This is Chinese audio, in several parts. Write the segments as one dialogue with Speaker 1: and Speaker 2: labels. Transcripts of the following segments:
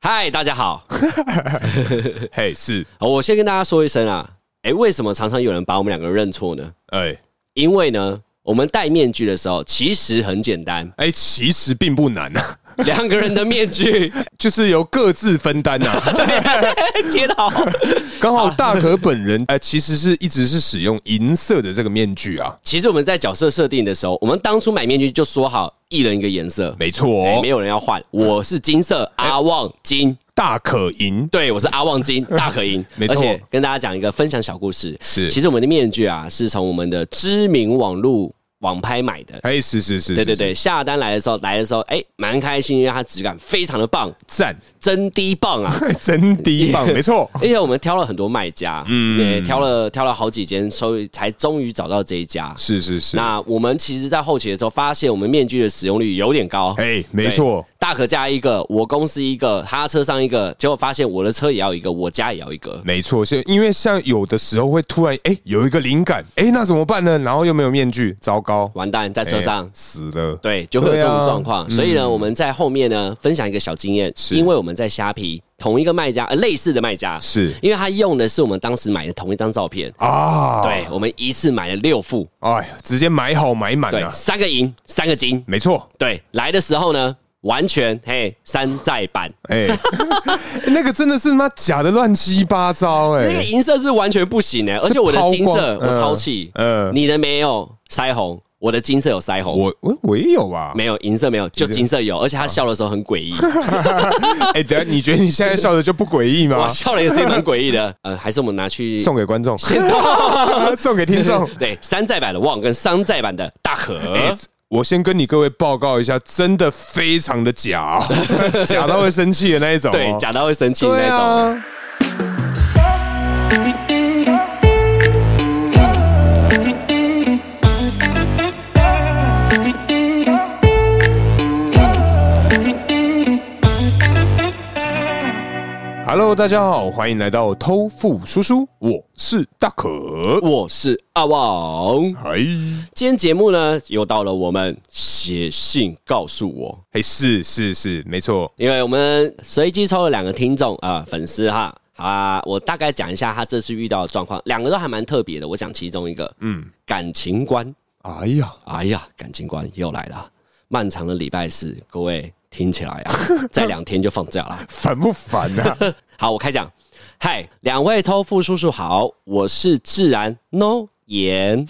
Speaker 1: 嗨，大家好，哦
Speaker 2: 嘿，是，
Speaker 1: 我先跟大家说一声啊，哎、为什么常常有人把我们两个认错呢？
Speaker 2: 哎、
Speaker 1: 因为呢，我们戴面具的时候其实很简单，
Speaker 2: 哎、其实并不难啊，
Speaker 1: 两个人的面具 哎
Speaker 2: 就是由各自分担啊。
Speaker 1: 接到
Speaker 2: 刚好大可本人哎、其实是一直是使用银色的这个面具啊，
Speaker 1: 其实我们在角色设定的时候，我们当初买面具就说好一人一个颜色，
Speaker 2: 没错、哦哎
Speaker 1: 哎没有人要换。我是金 色，阿旺金。
Speaker 2: 大可银，
Speaker 1: 对，我是阿旺 金，大可银。
Speaker 2: 没错
Speaker 1: 而且跟大家讲一个分享小故事。
Speaker 2: 是
Speaker 1: 其实我们的面具啊，是从我们的知名网络网拍买的。
Speaker 2: 哎、是是是，
Speaker 1: 对对
Speaker 2: 是，
Speaker 1: 对，下单来的时候，来的时候，哎，蛮开心，因为它质感非常的棒，
Speaker 2: 赞，哎
Speaker 1: 真低棒 啊！
Speaker 2: 真低 棒，没错，
Speaker 1: 而且我们挑了很多卖家，嗯，
Speaker 2: 嗯
Speaker 1: 也挑了挑了好几间，所以才终于找到这一家。
Speaker 2: 是是是，
Speaker 1: 那我们其实，在后期的时候，发现我们面具的使用率有点高。
Speaker 2: 哎、没错，
Speaker 1: 大可家一个，我公司一个，他车上一个，结果发现我的车也要一个，我家也要一个。
Speaker 2: 没错，是因为像有的时候会突然哎、有一个灵感，哎、那怎么办呢？然后又没有面具，糟糕，
Speaker 1: 完蛋，在
Speaker 2: 哎
Speaker 1: 车上，
Speaker 2: 死了，
Speaker 1: 对，就会有这
Speaker 2: 对
Speaker 1: 种
Speaker 2: 啊
Speaker 1: 状况。所以呢，我们在后面呢分享一个小经验，
Speaker 2: 是
Speaker 1: 因为我们在虾皮同一个卖家，呃，类似的卖家，
Speaker 2: 是
Speaker 1: 因为他用的是我们当时买的同一张照片，
Speaker 2: 啊，
Speaker 1: 对，我们一次买了六副，
Speaker 2: 哎，直接买好买满
Speaker 1: 对，
Speaker 2: 啊，
Speaker 1: 三个银，三个金，
Speaker 2: 没错，
Speaker 1: 对，来的时候呢，完全嘿山寨版，
Speaker 2: 哎、那个真的是妈假的乱七八糟哎、
Speaker 1: 那个银色是完全不行欸的，而且我的金色
Speaker 2: 抛光
Speaker 1: 我超气，
Speaker 2: 嗯嗯
Speaker 1: 你的没有腮红，我的金色有腮红。
Speaker 2: 我我我也有啊吧？
Speaker 1: 没有银色没有，就金色有，而且他笑的时候很诡 异，
Speaker 2: 哎、等一下你觉得你现在笑的就不诡异
Speaker 1: 我
Speaker 2: 吗？
Speaker 1: 笑的也是蛮诡异的。呃，还是我们拿去
Speaker 2: 送给观众，
Speaker 1: 先
Speaker 2: 送给听 众。
Speaker 1: 对，山寨版的旺跟山寨版的大可，
Speaker 2: 哎我先跟你各位报告一下，真的非常的 假、哦，假到会生气的那一种、哦。
Speaker 1: 对，假到会生气那
Speaker 2: 对
Speaker 1: 种。
Speaker 2: 啊。Hello，大家好，欢迎来到偷富叔叔，我是大可。
Speaker 1: 我是阿旺，
Speaker 2: 哎，
Speaker 1: 今天节目呢又到了我们写信告诉我，
Speaker 2: 哎，是是是，没错，
Speaker 1: 因为我们随机抽了两个听众啊、呃粉丝哈。好啊，我大概讲一下他这次遇到的状况，两个都还蛮特别的。我讲其中一个，嗯，感情观，
Speaker 2: 哎呀，
Speaker 1: 哎呀，感情观又来了，漫长的礼拜四，各位听起来 啊，再两天就放假了。
Speaker 2: 烦不烦啊？
Speaker 1: 好，我开讲。嗨，两位偷富叔叔好，我是自然 No 言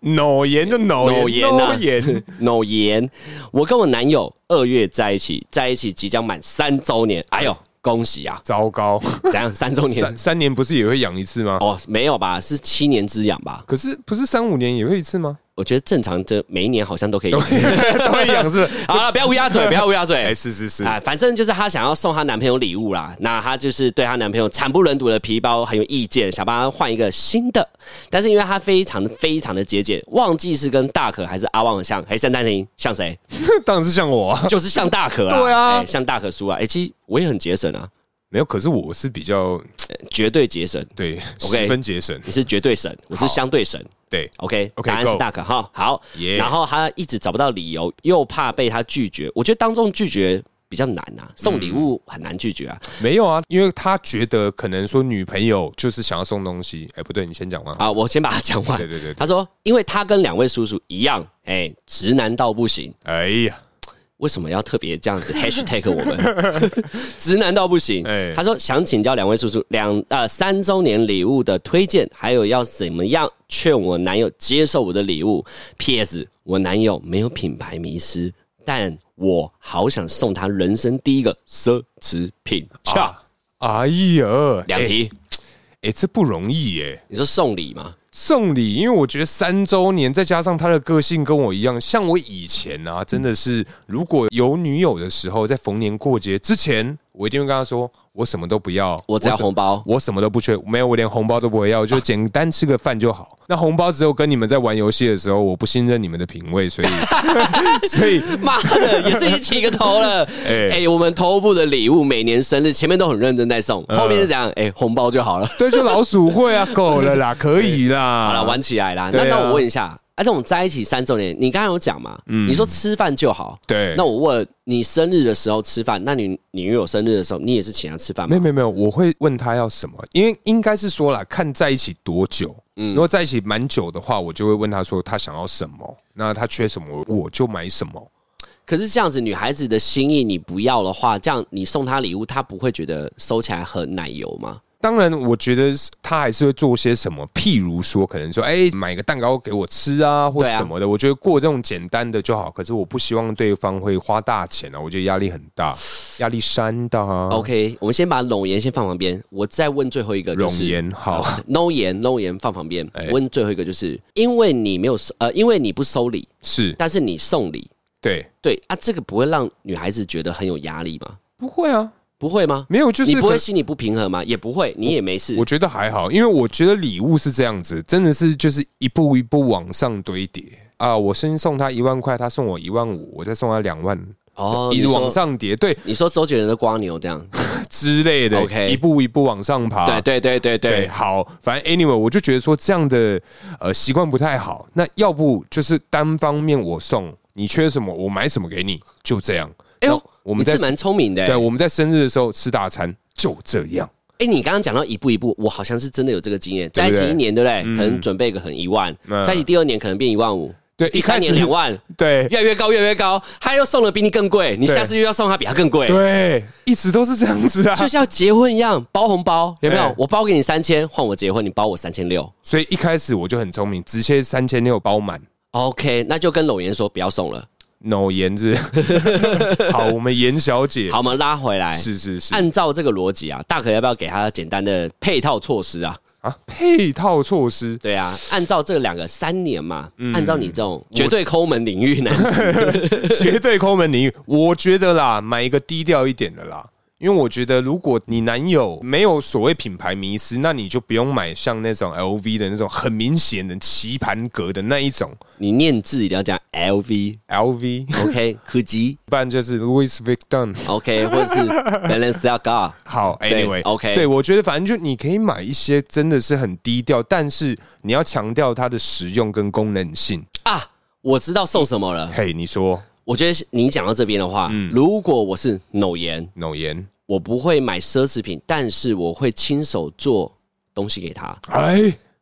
Speaker 2: 脑炎就脑
Speaker 1: ，No
Speaker 2: 炎，
Speaker 1: 言啊
Speaker 2: 脑炎，
Speaker 1: ，No 言。我跟我男友二月在一起，在一起即将满三周年，哎呦，恭喜啊！
Speaker 2: 糟糕。
Speaker 1: 怎样？三周年
Speaker 2: 三三年不是也会养一次吗？
Speaker 1: 哦，没有吧？是七年之痒吧？
Speaker 2: 可是不是三五年也会一次吗？
Speaker 1: 我觉得正常的每一年好像都可以。
Speaker 2: 都会养是？
Speaker 1: 好了，不要乌鸦嘴，不要乌鸦嘴
Speaker 2: 哎，。是是是，
Speaker 1: 啊，反正就是她想要送她男朋友礼物啦。那她就是对她男朋友惨不忍睹的皮包很有意见，想帮他换一个新的。但是因为她非常的非常的节俭，忘记是跟大可还是阿旺很像，哎，圣丹婷像谁？
Speaker 2: 当然是像我啊。
Speaker 1: 就是像大可啊，
Speaker 2: 对啊
Speaker 1: 哎像大可叔啊。哎，其实我也很节省啊，
Speaker 2: 没有，可是我是比较
Speaker 1: 呃绝对节省。
Speaker 2: 对十分节省，
Speaker 1: 你是绝对省，我是相对省。
Speaker 2: 对
Speaker 1: OK，,
Speaker 2: OK，
Speaker 1: 答案是
Speaker 2: go
Speaker 1: 大可哈。好
Speaker 2: Yeah
Speaker 1: 然后他一直找不到理由，又怕被他拒绝。我觉得当众拒绝比较难啊，送礼物很难拒绝啊。
Speaker 2: 没有啊，因为他觉得可能说女朋友就是想要送东西，哎，不对，你先讲完。
Speaker 1: 啊，我先把它讲完。
Speaker 2: 对对对对
Speaker 1: 他说，因为他跟两位叔叔一样，哎、直男到不行。
Speaker 2: 哎呀，
Speaker 1: 为什么要特别这样子 hashtag 我们 直男到不行？
Speaker 2: 哎
Speaker 1: 他说想请教两位叔叔两呃三周年礼物的推荐，还有要怎么样劝我男友接受我的礼物。P.S. 我男友没有品牌迷失，但我好想送他人生第一个奢侈品。恰、
Speaker 2: 哎呀，
Speaker 1: 两
Speaker 2: 哎，
Speaker 1: 题，
Speaker 2: 哎，这不容易耶。
Speaker 1: 你说送礼吗？
Speaker 2: 送礼，因为我觉得三周年，再加上他的个性跟我一样，像我以前
Speaker 1: 嗯
Speaker 2: 啊，真的是如果有女友的时候，在逢年过节之前，我一定会跟他说，我什么都不要，
Speaker 1: 我只要
Speaker 2: 什
Speaker 1: 红包。
Speaker 2: 我什么都不缺，没有，我连红包都不会要，就简单吃个饭就好。那红包只有跟你们在玩游戏的时候，我不信任你们的品味， 所以，所以，
Speaker 1: 妈的，也是一起一个头了。哎、
Speaker 2: 哎
Speaker 1: 我们头部的礼物，每年生日前面都很认真在
Speaker 2: 嗯
Speaker 1: 送，后面是怎样？哎、红包就好了，
Speaker 2: 对，就老鼠会啊，够了啦，可以啦，
Speaker 1: 好了，玩起来啦。那
Speaker 2: 对啊
Speaker 1: 那我问一下，啊啊，这种在一起三周年，你刚刚有讲嘛？你说吃饭就好，
Speaker 2: 嗯对，
Speaker 1: 那我问你生日的时候吃饭，那你你女友生日的时候，你也是请她吃饭
Speaker 2: 没有
Speaker 1: 吗？
Speaker 2: 没有没有，我会问他要什么，因为应该是说啦，看在一起多久。
Speaker 1: 嗯
Speaker 2: 如果在一起蛮久的话，我就会问他说他想要什么，那他缺什么我就买什么。
Speaker 1: 可是这样子，女孩子的心意你不要的话，这样你送她礼物，她不会觉得收起来很奶油吗？
Speaker 2: 当然，我觉得他还是会做些什么，譬如说，可能说，哎、买个蛋糕给我吃啊，或
Speaker 1: 对啊
Speaker 2: 什么的。我觉得过这种简单的就好。可是我不希望对方会花大钱啊，我觉得压力很 大，压力山大、啊。
Speaker 1: OK，我们先把冗言先放旁边，我再问最后一个、就
Speaker 2: 容
Speaker 1: 是，
Speaker 2: 颜好， 哎
Speaker 1: no 言 no 言放旁边。问最后一个，就是因为你没有收，呃，因为你不收礼，
Speaker 2: 是
Speaker 1: 但是你送礼，
Speaker 2: 对，
Speaker 1: 对啊，这个不会让女孩子觉得很有压力吗？
Speaker 2: 不会啊，
Speaker 1: 不会吗？
Speaker 2: 没有，就是
Speaker 1: 你不
Speaker 2: 可
Speaker 1: 会心里不平衡吗？也不会，你也没事
Speaker 2: 我。觉得还好，因为我觉得礼物是这样子，真的是就是一步一步往上堆叠啊！我先送他一万块，他送我一万五，我再送他两万，
Speaker 1: 哦，
Speaker 2: 一
Speaker 1: 你
Speaker 2: 直往
Speaker 1: 说
Speaker 2: 上叠，对
Speaker 1: 你说周杰伦的瓜牛这 样，
Speaker 2: 之类的
Speaker 1: OK
Speaker 2: 一步一步往上爬。
Speaker 1: 对对对对
Speaker 2: 对，
Speaker 1: 对，
Speaker 2: 好，反正 anyway，我就觉得说这样的呃习惯不太好。那要不就是单方面我送你缺什么，我买什么给你，就这样。
Speaker 1: 哎呦
Speaker 2: 那我们
Speaker 1: 你
Speaker 2: 在
Speaker 1: 是蛮聪明的欸。
Speaker 2: 对我们在生日的时候吃大餐，就这样。
Speaker 1: 哎、你刚刚讲到一步一步，我好像是真的有这个经验，在一起一年，对不对？可能准备个很一万，
Speaker 2: 嗯
Speaker 1: 在一起第二年可能变一万五，
Speaker 2: 对，
Speaker 1: 第
Speaker 2: 一开
Speaker 1: 三年
Speaker 2: 始
Speaker 1: 两万，
Speaker 2: 对，
Speaker 1: 越来越高，越来越高，他又送的比你更贵，你
Speaker 2: 对
Speaker 1: 下次又要送他比他更贵，
Speaker 2: 对，一直都是这样子啊。
Speaker 1: 就像结婚一样，包红包有没有
Speaker 2: 对？
Speaker 1: 我包给你三千，换我结婚，你包我三千六。
Speaker 2: 所以一开始我就很聪明，直接三千六包满。
Speaker 1: OK，那就跟龙岩说不要送了。
Speaker 2: no 严是不是 好，我们严小姐
Speaker 1: 好，，我们拉回来，
Speaker 2: 是是是
Speaker 1: 按照这个逻辑啊，大可要不要给他简单的配套措施啊？
Speaker 2: 啊，配套措施
Speaker 1: 对啊，按照这两个三年嘛，
Speaker 2: 嗯
Speaker 1: 按照你这种绝对抠门领域男子，
Speaker 2: 绝对抠门领域，我觉得啦，买一个低调一点的啦。因为我觉得，如果你男友没有所谓品牌迷失，那你就不用买像那种 LV 的那种很明显的棋盘格的那一种
Speaker 1: 你念字一定要讲 LV。
Speaker 2: LV，
Speaker 1: OK，柯基
Speaker 2: 不然就是 Louis Vuitton。
Speaker 1: OK，或者是 Balenciaga，
Speaker 2: 好
Speaker 1: 对
Speaker 2: ，anyway，
Speaker 1: ，OK
Speaker 2: 对我觉得反正就你可以买一些真的是很低调，但是你要强调它的实用跟功能性。
Speaker 1: 啊，我知道送什么了。
Speaker 2: 嘿、你说
Speaker 1: 我觉得你讲到这边的话，如果我是某言，
Speaker 2: no 言，
Speaker 1: 我不会买奢侈品，但是我会亲手做东西给他，
Speaker 2: 哎，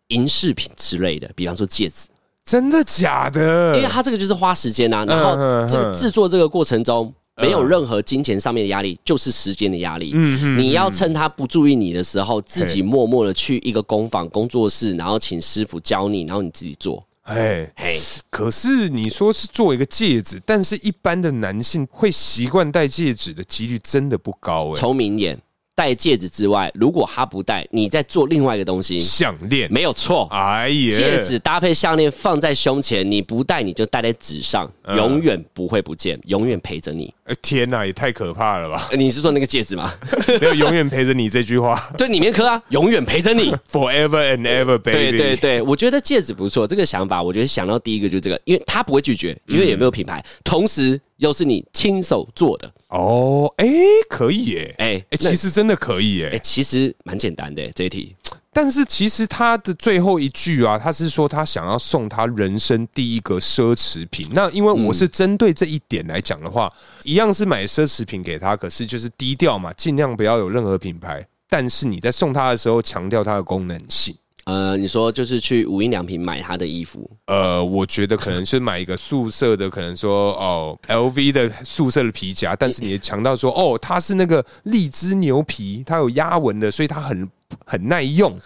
Speaker 1: 银饰品之类的，比方说戒指，
Speaker 2: 真的假的？
Speaker 1: 因为他这个就是花时间啊。然后
Speaker 2: 嗯嗯
Speaker 1: 这个制作这个过程中。没有任何金钱上面的压力，就是时间的压力。嗯你要趁他不注意你的时候，自己默默的去一个工坊、工作室，然后请师傅教你，然后你自己做。
Speaker 2: 哎，
Speaker 1: 嘿，
Speaker 2: 可是你说是做一个戒指，但是一般的男性会习惯戴戒指的几率真的不高哎、
Speaker 1: 从明眼戴戒指之外，如果他不戴，你再做另外一个东西，
Speaker 2: 项链，
Speaker 1: 没有错。
Speaker 2: 哎呀，
Speaker 1: 戒指搭配项链放在胸前，你不戴你就戴在指上，永远不会不见，永远陪着你。
Speaker 2: 哎，天哪，也太可怕了吧！
Speaker 1: 呃你是说那个戒指吗？
Speaker 2: 没有永远陪着你这句话
Speaker 1: 对，里面刻啊，永远陪着你。
Speaker 2: ，forever and ever baby。
Speaker 1: 对对对，我觉得戒指不错，这个想法，我觉得想到第一个就是这个，因为他不会拒绝，因为也没有品牌，同时又是你亲手做的，
Speaker 2: 哦，哎、可以耶、哎、
Speaker 1: 哎、那
Speaker 2: 其实真的可以耶、
Speaker 1: 哎、其实蛮简单的、这一题。
Speaker 2: 但是其实他的最后一句啊，他是说他想要送他人生第一个奢侈品。那因为我是针对这一点来讲的话，一样是买奢侈品给他，可是就是低调嘛，尽量不要有任何品牌。但是你在送他的时候，强调它的功能性。
Speaker 1: 呃，你说就是去无印良品买他的衣服，
Speaker 2: 呃，我觉得可能是买一个素色的，可能说哦，LV 的素色的皮夹，但是你也强调说哦，它是那个荔枝牛皮，它有压纹的，所以它很很耐用。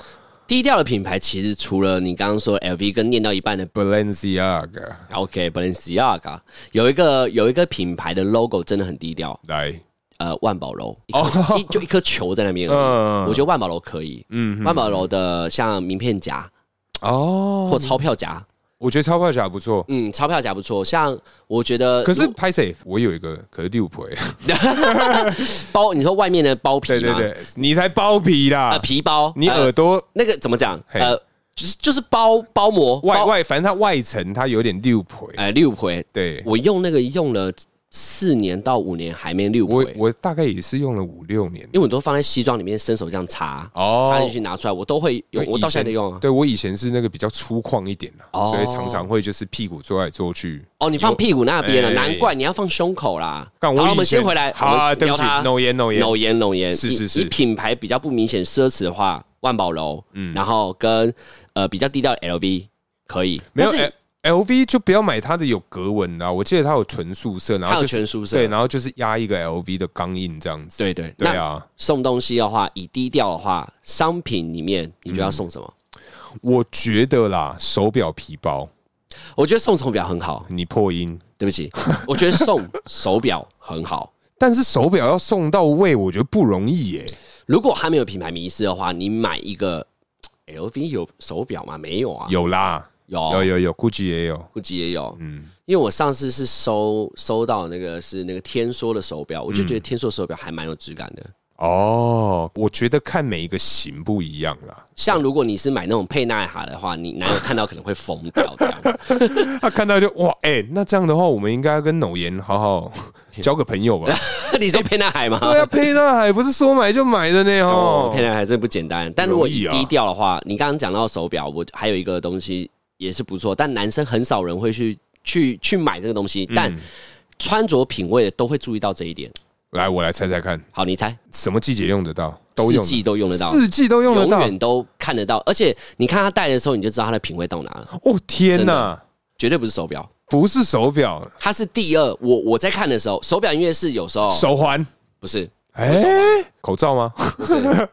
Speaker 1: 低调的品牌其实除了你刚刚说 LV 跟念到一半的
Speaker 2: Balenciaga
Speaker 1: OK Balenciaga，有一个有一个品牌的 logo 真的很低调，
Speaker 2: 来，
Speaker 1: 呃，万宝楼一颗一就一颗球在那边而
Speaker 2: 哦嗯
Speaker 1: 已，我觉得万宝楼可以，嗯，万宝楼的像名片夹
Speaker 2: 哦，
Speaker 1: 或钞票夹，
Speaker 2: 我觉得钞票夹不错。
Speaker 1: 嗯，钞票夹不错，像我觉得
Speaker 2: 可是
Speaker 1: 如
Speaker 2: 拍谁？我有一个，可是六婆耶。
Speaker 1: 包，你说外面的包皮
Speaker 2: 对对
Speaker 1: 嘛，
Speaker 2: 对，你才包皮
Speaker 1: 呃，
Speaker 2: 啦，
Speaker 1: 皮包，
Speaker 2: 你
Speaker 1: 呃
Speaker 2: 耳朵
Speaker 1: 那个怎么讲？
Speaker 2: 嘿
Speaker 1: 呃，就是就是包包膜
Speaker 2: 外
Speaker 1: 包呃
Speaker 2: 外，反正它外层它有点六婆耶。
Speaker 1: 哎，六回，
Speaker 2: 对，
Speaker 1: 我用那个用了四年到五年还没六
Speaker 2: 我
Speaker 1: 回，
Speaker 2: 我大概也是用了五六年
Speaker 1: 因为我都放在西装里面伸手这样插，
Speaker 2: 哦
Speaker 1: 插进去拿出来，我都会用，我到现在都用啊。
Speaker 2: 对我以前是那个比较粗犷一点的、啊
Speaker 1: 哦
Speaker 2: 所以常常会就是屁股坐来坐去。
Speaker 1: 哦，你放屁股那边了，
Speaker 2: 哎
Speaker 1: 难怪你要放胸口啦。
Speaker 2: 干
Speaker 1: 好
Speaker 2: 我
Speaker 1: 了，
Speaker 2: 以前
Speaker 1: 我们先回来，
Speaker 2: 好啊
Speaker 1: 我们
Speaker 2: 对不
Speaker 1: 聊
Speaker 2: 起
Speaker 1: 它
Speaker 2: no 烟 no 烟
Speaker 1: ，no 烟，no 烟，
Speaker 2: 是
Speaker 1: 以
Speaker 2: 是是
Speaker 1: 以品牌比较不明显奢侈的话，万宝楼，嗯，然后跟呃比较低调的 LV 可以，
Speaker 2: 没有哎
Speaker 1: 但是
Speaker 2: L V 就不要买它的有格纹的啊、我记得它有纯素色，然
Speaker 1: 它有
Speaker 2: 后就是
Speaker 1: 全宿舍，
Speaker 2: 对，然后就是压一个 L V 的钢印这样子。
Speaker 1: 对对
Speaker 2: 对
Speaker 1: 那
Speaker 2: 啊，
Speaker 1: 送东西的话，以低调的话，商品里面你
Speaker 2: 嗯
Speaker 1: 就要送什么？
Speaker 2: 我觉得啦，手表、皮包，
Speaker 1: 我觉得送手表很好，
Speaker 2: 你破音，
Speaker 1: 对不起，我觉得送手表很好。
Speaker 2: 但是手表要送到位，我觉得不容易耶、
Speaker 1: 如果还没有品牌迷失的话，你买一个 LV 有手表吗？没有啊，
Speaker 2: 有啦，
Speaker 1: 有啊
Speaker 2: 有有有，GUCCI 也有。
Speaker 1: 估计也有，嗯，因为我上次是收收到那个是那个天梭的手表，我就觉得天梭手表还蛮有质感的。
Speaker 2: 哦，我觉得看每一个型不一样啦。
Speaker 1: 像如果你是买那种沛纳海的话，你男友看到可能会疯掉这 样。
Speaker 2: 他看到就哇，哎、那这样的话，我们应该要跟某言 好好交个朋友吧？
Speaker 1: 你说沛纳海吗？
Speaker 2: 对啊，佩纳海不是说买就买的呢
Speaker 1: 哦，
Speaker 2: 哦
Speaker 1: 沛。纳海真的不简单。但如果以
Speaker 2: 容易啊
Speaker 1: 低调的话，你刚刚讲到手表，我还有一个东西也是不错，但男生很少人会去去去买这个东
Speaker 2: 嗯
Speaker 1: 西，但穿着品味的都会注意到这一点。
Speaker 2: 来，我来猜猜看，
Speaker 1: 好，你猜，
Speaker 2: 什么季节用得到？都
Speaker 1: 四
Speaker 2: 用得
Speaker 1: 季都用得到，
Speaker 2: 四季都用得
Speaker 1: 永
Speaker 2: 到。
Speaker 1: 远都看得到，而且你看他戴的时候，你就知道他的品味到哪了。
Speaker 2: 哦天
Speaker 1: 真
Speaker 2: 哪
Speaker 1: 的，哦绝对不是手表，
Speaker 2: 不是手表，
Speaker 1: 它是第二。我我在看的时候，手表因为是有时候
Speaker 2: 手环。
Speaker 1: 不是
Speaker 2: 哎、口罩吗？
Speaker 1: 不是不是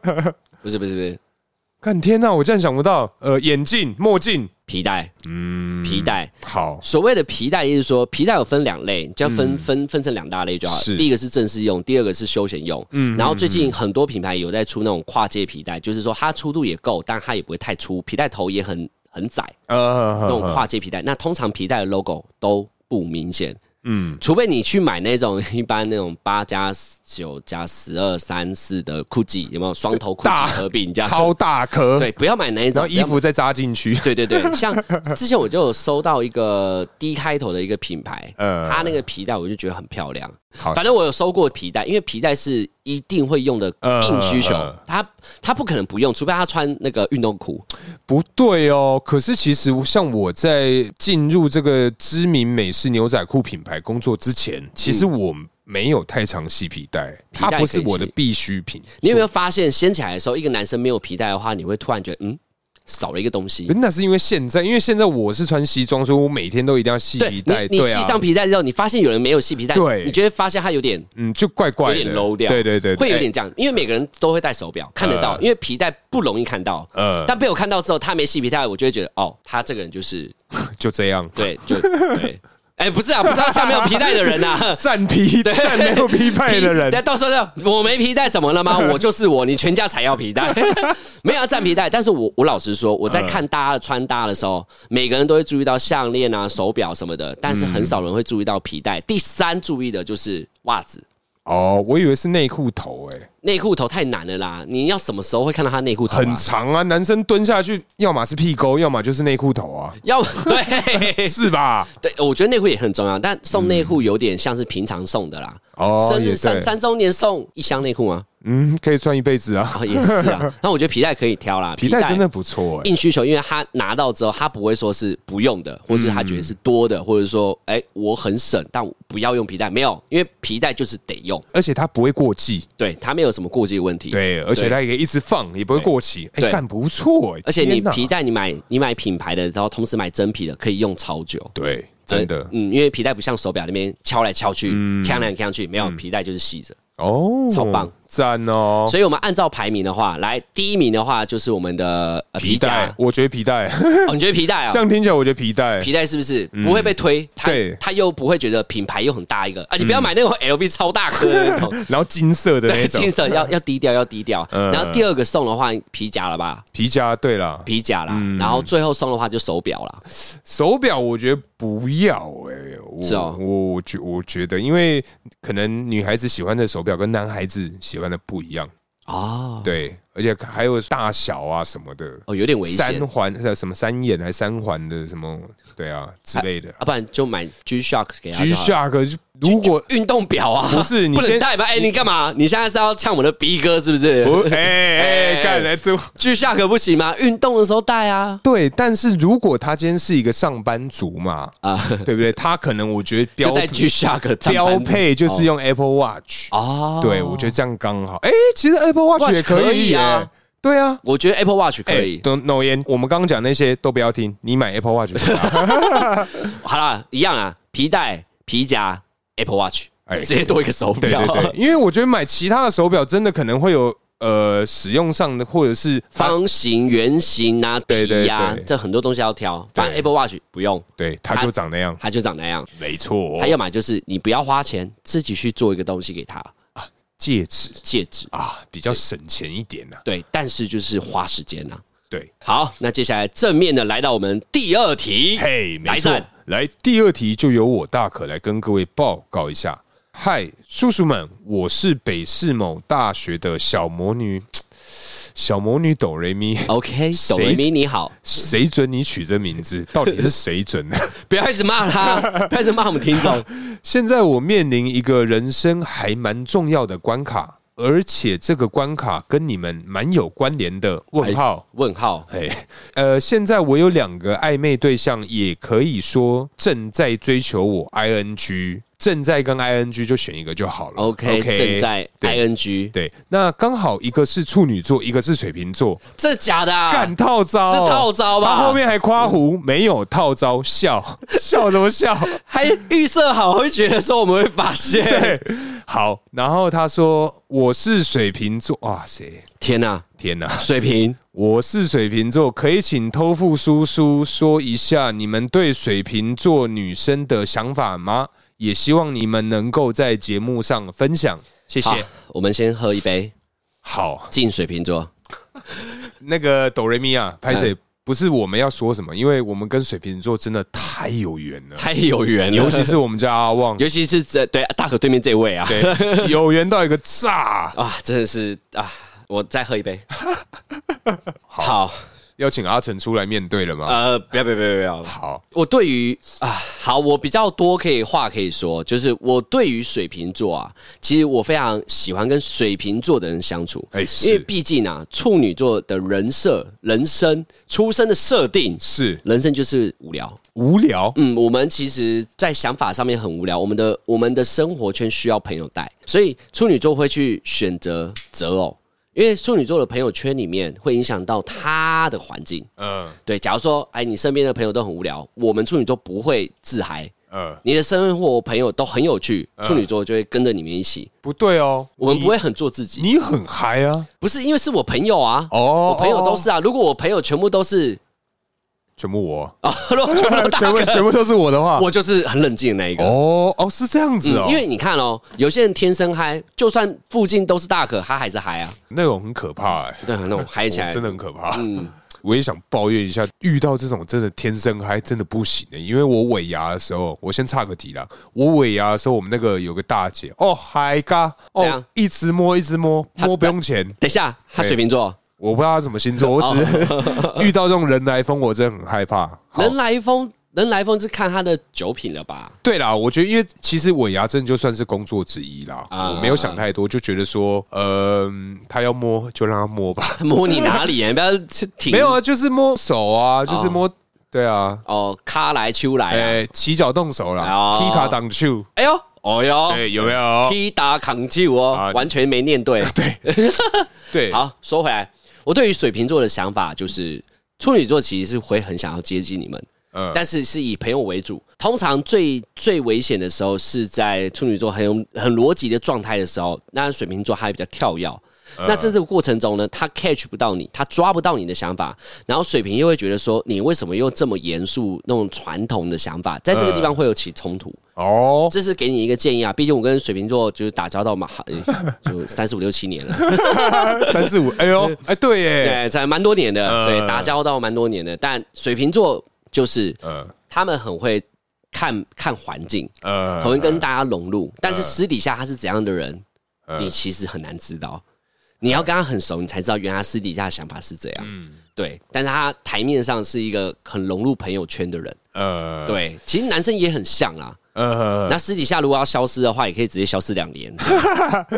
Speaker 1: 不是不是
Speaker 2: 看天哪，我竟然想不到。呃，眼镜、墨镜，
Speaker 1: 皮带，
Speaker 2: 嗯，
Speaker 1: 皮带。
Speaker 2: 好，
Speaker 1: 所谓的皮带，意思是说皮带有分两类，你就要分、分分成两大类就好。
Speaker 2: 嗯是
Speaker 1: 第一个是正式用，第二个是休闲用。嗯，然后最近很多品牌有在出那种跨界皮带，就是说它粗度也够，但它也不会太粗，皮带头也很很窄，
Speaker 2: 呃，
Speaker 1: 那种跨界皮带。那通常皮带的 logo 都不明显，
Speaker 2: 嗯，
Speaker 1: 除非你去买那种一般那种八加九加十二三四的 GUCCI，有没有双头
Speaker 2: 大
Speaker 1: GUCCI 合并这样？
Speaker 2: 超大颗，
Speaker 1: 对，，不要买那一
Speaker 2: 然
Speaker 1: 种
Speaker 2: 后衣。
Speaker 1: 不要买
Speaker 2: 服再扎进去，
Speaker 1: 对对对，像之前我就有收到一个 D 开头的一个品牌，
Speaker 2: 嗯
Speaker 1: 它那个皮带我就觉得很漂亮。
Speaker 2: 好
Speaker 1: 反正我有收过皮带，因为皮带是一定会用的
Speaker 2: 嗯
Speaker 1: 硬需求
Speaker 2: 嗯，
Speaker 1: 它它不可能不用，除非他穿那个运动裤。
Speaker 2: 不对哦，可是其实像我在进入这个知名美式牛仔裤品牌工作之前，其实我没有太常系皮带，
Speaker 1: 皮带
Speaker 2: 它不是
Speaker 1: 可以系
Speaker 2: 我的必需品。
Speaker 1: 你有没有发现掀起来的时候，一个男生没有皮带的话，你会突然觉得嗯少了一个东西
Speaker 2: 可。是那是因为现在，因为现在我是穿西装，所以我每天都一定要系
Speaker 1: 对
Speaker 2: 皮带。
Speaker 1: 你你
Speaker 2: 对
Speaker 1: 系
Speaker 2: 啊，
Speaker 1: 上皮带之后，你发现有人没有系皮带，
Speaker 2: 对
Speaker 1: 你就会发现他有点
Speaker 2: 嗯，就怪怪
Speaker 1: 有
Speaker 2: 的，
Speaker 1: 点 low 掉，
Speaker 2: 对对对，对
Speaker 1: 会有点这样，因为每个人都会戴手表，看得到，因为皮带不容易看到。
Speaker 2: 呃，
Speaker 1: 但被我看到之后，他没系皮带，我就会觉得哦，他这个人就是
Speaker 2: 哎就这 样。。
Speaker 1: 对，就对，哎，不是啊，不是他像没有皮带的人啊呐
Speaker 2: 赞皮赞没有皮带 的人
Speaker 1: 那，到时候就我没皮带怎么了 吗？我就是我，你全家才要皮带， 没有要占皮带。但是我我老实说，我
Speaker 2: 嗯
Speaker 1: 在看大家的穿搭的时候，每个人都会注意到项链啊、手表什么的，但是很少人会注意到皮带。第三注意的就是袜子。
Speaker 2: 哦，我以为是内裤头，哎，
Speaker 1: 内裤头太难了啦！你要什么时候会看到他内裤头、啊？
Speaker 2: 很长啊，男生蹲下去，要么是屁沟，要么就是内裤 头啊，
Speaker 1: 要对
Speaker 2: 是吧？
Speaker 1: 对，我觉得内裤也很重要，但送内裤有点像是平常送的啦。
Speaker 2: 哦，
Speaker 1: 生
Speaker 2: 也
Speaker 1: 日三
Speaker 2: 对
Speaker 1: 三周年送一箱内裤吗？
Speaker 2: 嗯，可以穿一辈子啊。
Speaker 1: 哦，也是 啊。那我觉得皮带可以挑啦，
Speaker 2: 皮带真的不错哎、
Speaker 1: 硬需求，因为他拿到之后，他不会说是不用的，或是他觉得是多的，或者说哎、
Speaker 2: 嗯
Speaker 1: 我很省，但我不要用皮带，没有，因为皮带就是得用，
Speaker 2: 而且它不会过季，
Speaker 1: 对他没有什么过季问题。
Speaker 2: 对，而且它也可以一直放，也不会过期，哎，
Speaker 1: 对
Speaker 2: 干不错哎、
Speaker 1: 而且你
Speaker 2: 天哪
Speaker 1: 皮带你买你买品牌的，然后同时买真皮的，可以用超久。
Speaker 2: 对，真的嗯
Speaker 1: 呃嗯，因为皮带不像手表那边敲来敲去、敲来敲去，没有皮带就是细着。
Speaker 2: 哦，
Speaker 1: 呃超棒，
Speaker 2: 赞哦。
Speaker 1: 所以我们按照排名的话，来第一名的话就是我们的、呃、
Speaker 2: 皮带
Speaker 1: 夹，。
Speaker 2: 我觉得皮带，
Speaker 1: 哦，你觉得皮带啊、
Speaker 2: 这样听起来我觉得皮带
Speaker 1: 皮带是不是不会被推？他
Speaker 2: 嗯对，
Speaker 1: 他又不会觉得品牌又很大一个啊！你不要买那种 LV 超大颗的那种
Speaker 2: 然后金色的那
Speaker 1: 对，
Speaker 2: 种
Speaker 1: 金色要要低调要低调。
Speaker 2: 嗯
Speaker 1: 然后第二个送的话，皮夹了吧，
Speaker 2: 皮夹，对啦，
Speaker 1: 皮夹啦。
Speaker 2: 嗯
Speaker 1: 然后最后送的话就手表啦。
Speaker 2: 手表我觉得不要哎、我
Speaker 1: 是哦
Speaker 2: 我我觉我觉得，因为可能女孩子喜欢的手表跟男孩子喜欢的不一样，
Speaker 1: 哦，
Speaker 2: 对，而且还有大小啊什么的，
Speaker 1: 哦，有点危险
Speaker 2: 三。环呃什么三眼还是三环的什么对啊之类的。
Speaker 1: 要、不然就买 G Shock 给他就
Speaker 2: G
Speaker 1: 好
Speaker 2: Shock 如果
Speaker 1: 运动表啊，
Speaker 2: 不 是你
Speaker 1: 不能
Speaker 2: 先
Speaker 1: 带吧？哎、你干嘛？你现在是要呛我的逼哥是不是？
Speaker 2: 不哎哎干来 就
Speaker 1: G Shock 不行吗？运动的时候带啊。
Speaker 2: 对，但是如果他今天是一个上班族 嘛，
Speaker 1: 啊，
Speaker 2: 对不对？他可能我觉得
Speaker 1: 就
Speaker 2: 标
Speaker 1: 带 G Shock
Speaker 2: 标配就是用 Apple Watch，
Speaker 1: 哦，
Speaker 2: 对我觉得这样刚好。哎，其实 Apple Watch
Speaker 1: Watch
Speaker 2: 也可
Speaker 1: 可
Speaker 2: 以
Speaker 1: 以
Speaker 2: 耶
Speaker 1: 啊，
Speaker 2: 对啊，
Speaker 1: 我觉得 Apple Watch 可
Speaker 2: 哎
Speaker 1: 以。
Speaker 2: ，no no 烟，我们刚刚讲那些都不要听，你买 Apple Watch 就 好
Speaker 1: 好啦，一样啊，皮带、皮夹、Apple Watch，
Speaker 2: 哎
Speaker 1: 直接多一个手
Speaker 2: 对
Speaker 1: 表。
Speaker 2: 对对，因为我觉得买其他的手表真的可能会有呃使用上的或者是
Speaker 1: 方形、圆形啊，
Speaker 2: 对对
Speaker 1: 皮啊
Speaker 2: 对，
Speaker 1: 这很多东西要挑。反正
Speaker 2: 对
Speaker 1: Apple Watch 不用，
Speaker 2: 对，它就长那样，
Speaker 1: 它就长那样。
Speaker 2: 没错哦
Speaker 1: 它，要么就是你不要花钱，自己去做一个东西给它，
Speaker 2: 戒指
Speaker 1: 戒指。
Speaker 2: 啊，比较省钱一点呐，
Speaker 1: 对，但是就是花时间啊。
Speaker 2: 对。
Speaker 1: 好，那接下来正面的来到我们第二题。
Speaker 2: 嘿，没错
Speaker 1: 来战。
Speaker 2: 来，第二题就由我大可来跟各位报告一下。嗨，叔叔们，我是北市某大学的小魔女，小魔女哆瑞咪。
Speaker 1: OK，
Speaker 2: 谁
Speaker 1: 抖维咪你好，
Speaker 2: 谁准你取这名字？到底是谁准的？
Speaker 1: 不要一直骂他，不要一直骂我们听众。
Speaker 2: 现在我面临一个人生还蛮重要的关卡，而且这个关卡跟你们蛮有关联的。问号。
Speaker 1: 问号，
Speaker 2: 哎，呃，现在我有两个暧昧对象，也可以说正在追求我 ing，正在跟 ing 就选一个就好了。
Speaker 1: OK，正在
Speaker 2: 对
Speaker 1: ING，
Speaker 2: 对，那刚好一个是处女座，一个是水瓶座，
Speaker 1: 这假的啊？
Speaker 2: 干套招，
Speaker 1: 这套招吧
Speaker 2: 他后面还夸胡，没有套招，笑 笑什么笑？
Speaker 1: 还预设好，会觉得说我们会发现。
Speaker 2: 对，好，然后他说我是水瓶座，哇塞，
Speaker 1: 天哪、
Speaker 2: 天哪！
Speaker 1: 水瓶
Speaker 2: 我是水瓶座，可以请偷富叔叔说一下你们对水瓶座女生的想法吗？也希望你们能够在节目上分享，谢
Speaker 1: 好
Speaker 2: 谢。，
Speaker 1: 我们先喝一杯
Speaker 2: 好，
Speaker 1: 敬水瓶座。
Speaker 2: 那个哆瑞咪啊，拍谁
Speaker 1: 嗯
Speaker 2: 不是我们要说什么，因为我们跟水瓶座真的太有缘了，
Speaker 1: 太有缘了，
Speaker 2: 尤其是我们家阿 旺，
Speaker 1: 尤其是这对大可对面这位啊，
Speaker 2: 对，有缘到一个炸。
Speaker 1: 啊，真的是啊，我再喝一 杯。好，
Speaker 2: 要请阿成出来面对了吗？
Speaker 1: 呃，不要不要不要不要，
Speaker 2: 好，
Speaker 1: 我对于啊，好，我比较多可以话可以说，就是我对于水瓶座啊，其实我非常喜欢跟水瓶座的人相处，
Speaker 2: 哎
Speaker 1: 因为
Speaker 2: 是
Speaker 1: 毕竟啊，处女座的人设、人生、出生的设定，
Speaker 2: 是
Speaker 1: 人生就是无聊。
Speaker 2: 无聊，
Speaker 1: 嗯，我们其实，在想法上面很无聊，我们的我们的生活圈需要朋友带，所以处女座会去选择择偶，因为处女座的朋友圈里面会影响到他的环境。
Speaker 2: 嗯
Speaker 1: 对，假如说，哎，你身边的朋友都很无聊，我们处女座不会自嗨，
Speaker 2: 呃，
Speaker 1: 你的生活朋友都很有趣，处女座就会跟着你们一起，
Speaker 2: 不对哦，
Speaker 1: 我们
Speaker 2: 嗯你
Speaker 1: 不会很做自己，
Speaker 2: 你很嗨啊！
Speaker 1: 不是因为是我朋友啊，我
Speaker 2: 哦
Speaker 1: 朋友都是啊，如果我朋友全部都是
Speaker 2: 全部 我，
Speaker 1: 啊，如果全部都大
Speaker 2: 全部全部都是我的话，
Speaker 1: 我就是很冷静的那一个。
Speaker 2: 哦哦是这样子哦，
Speaker 1: 嗯，因为你看哦，有些人天生嗨，就算附近都是大可，他还是嗨啊，
Speaker 2: 那种很可怕哎、
Speaker 1: 对，那种嗨嗯起来
Speaker 2: 我真的很可怕。
Speaker 1: 嗯
Speaker 2: 我也想抱怨一下，遇到这种真的天生嗨，真的不行的、因为我尾牙的时候，我先岔个题啦。我尾牙的时候，我们那个有个大姐，哦嗨嘎，
Speaker 1: 怎
Speaker 2: 哦
Speaker 1: 样
Speaker 2: 一直摸一直摸，
Speaker 1: 她
Speaker 2: 摸不用钱。
Speaker 1: 等一下，他水瓶座，
Speaker 2: 我不知道她什么星座，我只
Speaker 1: 哦
Speaker 2: 是 遇到这种人来疯，我真的很害怕。好
Speaker 1: 人来疯，人来疯是看他的酒品了吧？
Speaker 2: 对啦，我觉得因为其实尾牙真的就算是工作之一啦，
Speaker 1: 啊
Speaker 2: 我没有想太多，就觉得说，呃，他要摸就让他 摸吧，
Speaker 1: 他摸你哪里啊？你不要去挺，
Speaker 2: 没有啊，就是摸手啊，就是摸，对啊，
Speaker 1: 哦，咖来秋来啊，
Speaker 2: 哎，起脚动手啦
Speaker 1: 哦
Speaker 2: 踢卡挡球，
Speaker 1: 哎呦，哦
Speaker 2: 哎，
Speaker 1: 呦，
Speaker 2: 有没有？
Speaker 1: 踢打扛球
Speaker 2: 啊
Speaker 1: 哦，完全没念 对。
Speaker 2: 对，
Speaker 1: 好，说回来，我对于水瓶座的想法就是，处女座其实是会很想要接近你们，
Speaker 2: 嗯，
Speaker 1: 但是是以朋友为主。通常最最危险的时候是在处女座很有很逻辑的状态的时候，那水瓶座还比较跳跃。那在这个过程中呢，他 catch 不到你，他抓不到你的想法，然后水瓶又会觉得说，你为什么又这么严肃那种传统的想法，在这个地方会有起冲突。
Speaker 2: 哦，
Speaker 1: 这是给你一个建议啊，毕竟我跟水瓶座就是打交道嘛，哈呃 就三十五六七年了。
Speaker 2: 三四 五，哎呦，哎，对耶，
Speaker 1: 对，才蛮多年的，
Speaker 2: 嗯
Speaker 1: 对，打交道蛮多年的。但水瓶座就是
Speaker 2: 嗯
Speaker 1: 他们很会看看环境，
Speaker 2: 呃
Speaker 1: 很
Speaker 2: 呃
Speaker 1: 会跟大家融入，但是私底下他是怎样的人，你其实很难知道。你要跟他很熟，你才知道原来他私底下的想法是这样。嗯，对。但是他台面上是一个很融入朋友圈的人。
Speaker 2: 呃，
Speaker 1: 对，其实男生也很像啦。
Speaker 2: 呃，
Speaker 1: 那私底下如果要消失的话，也可以直接消失两年。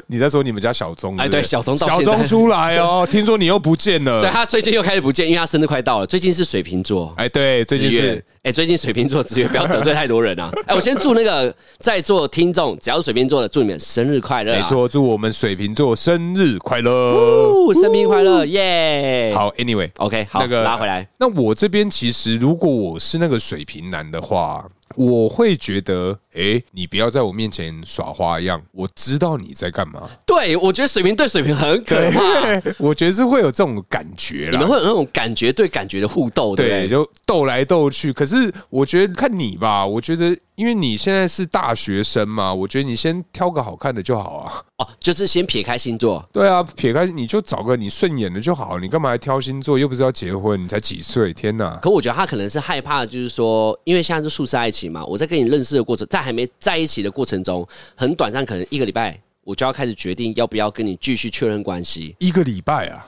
Speaker 2: 你在说你们家小钟？
Speaker 1: 哎
Speaker 2: 不
Speaker 1: 对小钟到
Speaker 2: 小
Speaker 1: 现在
Speaker 2: 钟出来哦，听说你又不见
Speaker 1: 对
Speaker 2: 了。
Speaker 1: 他最近又开始不见，因为他生日快到了。最近是水瓶座，
Speaker 2: 哎，对，最近
Speaker 1: 子
Speaker 2: 是
Speaker 1: 月，哎、最近水瓶座子月不要得罪太多 人啊！哎、我先祝那个在座听众，只要是水瓶座的，祝你们生日快乐、啊
Speaker 2: 没，错，祝我们水瓶座生日快乐。
Speaker 1: 哦，生日快乐，耶！
Speaker 2: 好，Anyway，
Speaker 1: ，OK，好，
Speaker 2: 那个
Speaker 1: 拉回来。
Speaker 2: 那我这边其实，如果我是那个水瓶男的话，我会觉得，哎、你不要在我面前耍花样，我知道你在干 嘛。
Speaker 1: 对，我觉得水瓶对水瓶很可
Speaker 2: 啊
Speaker 1: 怕，
Speaker 2: 我觉得是会有这种感觉
Speaker 1: 你们
Speaker 2: 啦。
Speaker 1: 会有那种感觉对感觉的互斗，对不
Speaker 2: 对，
Speaker 1: 对？
Speaker 2: 就斗来斗去。可是我觉得看你吧，我觉得因为你现在是大学生嘛，我觉得你先挑个好看的就好啊。
Speaker 1: 哦，就是先撇开星座，
Speaker 2: 对啊，撇开你就找个你顺眼的就好，你干嘛还挑星座？又不是要结婚，你才几岁？天哪！
Speaker 1: 可我觉得他可能是害怕，就是说，因为现在是素食爱情嘛，我在跟你认识的过程，在还没在一起的过程中，很短暂，可能一个礼拜，我就要开始决定要不要跟你继续确认关系，
Speaker 2: 一个礼拜啊。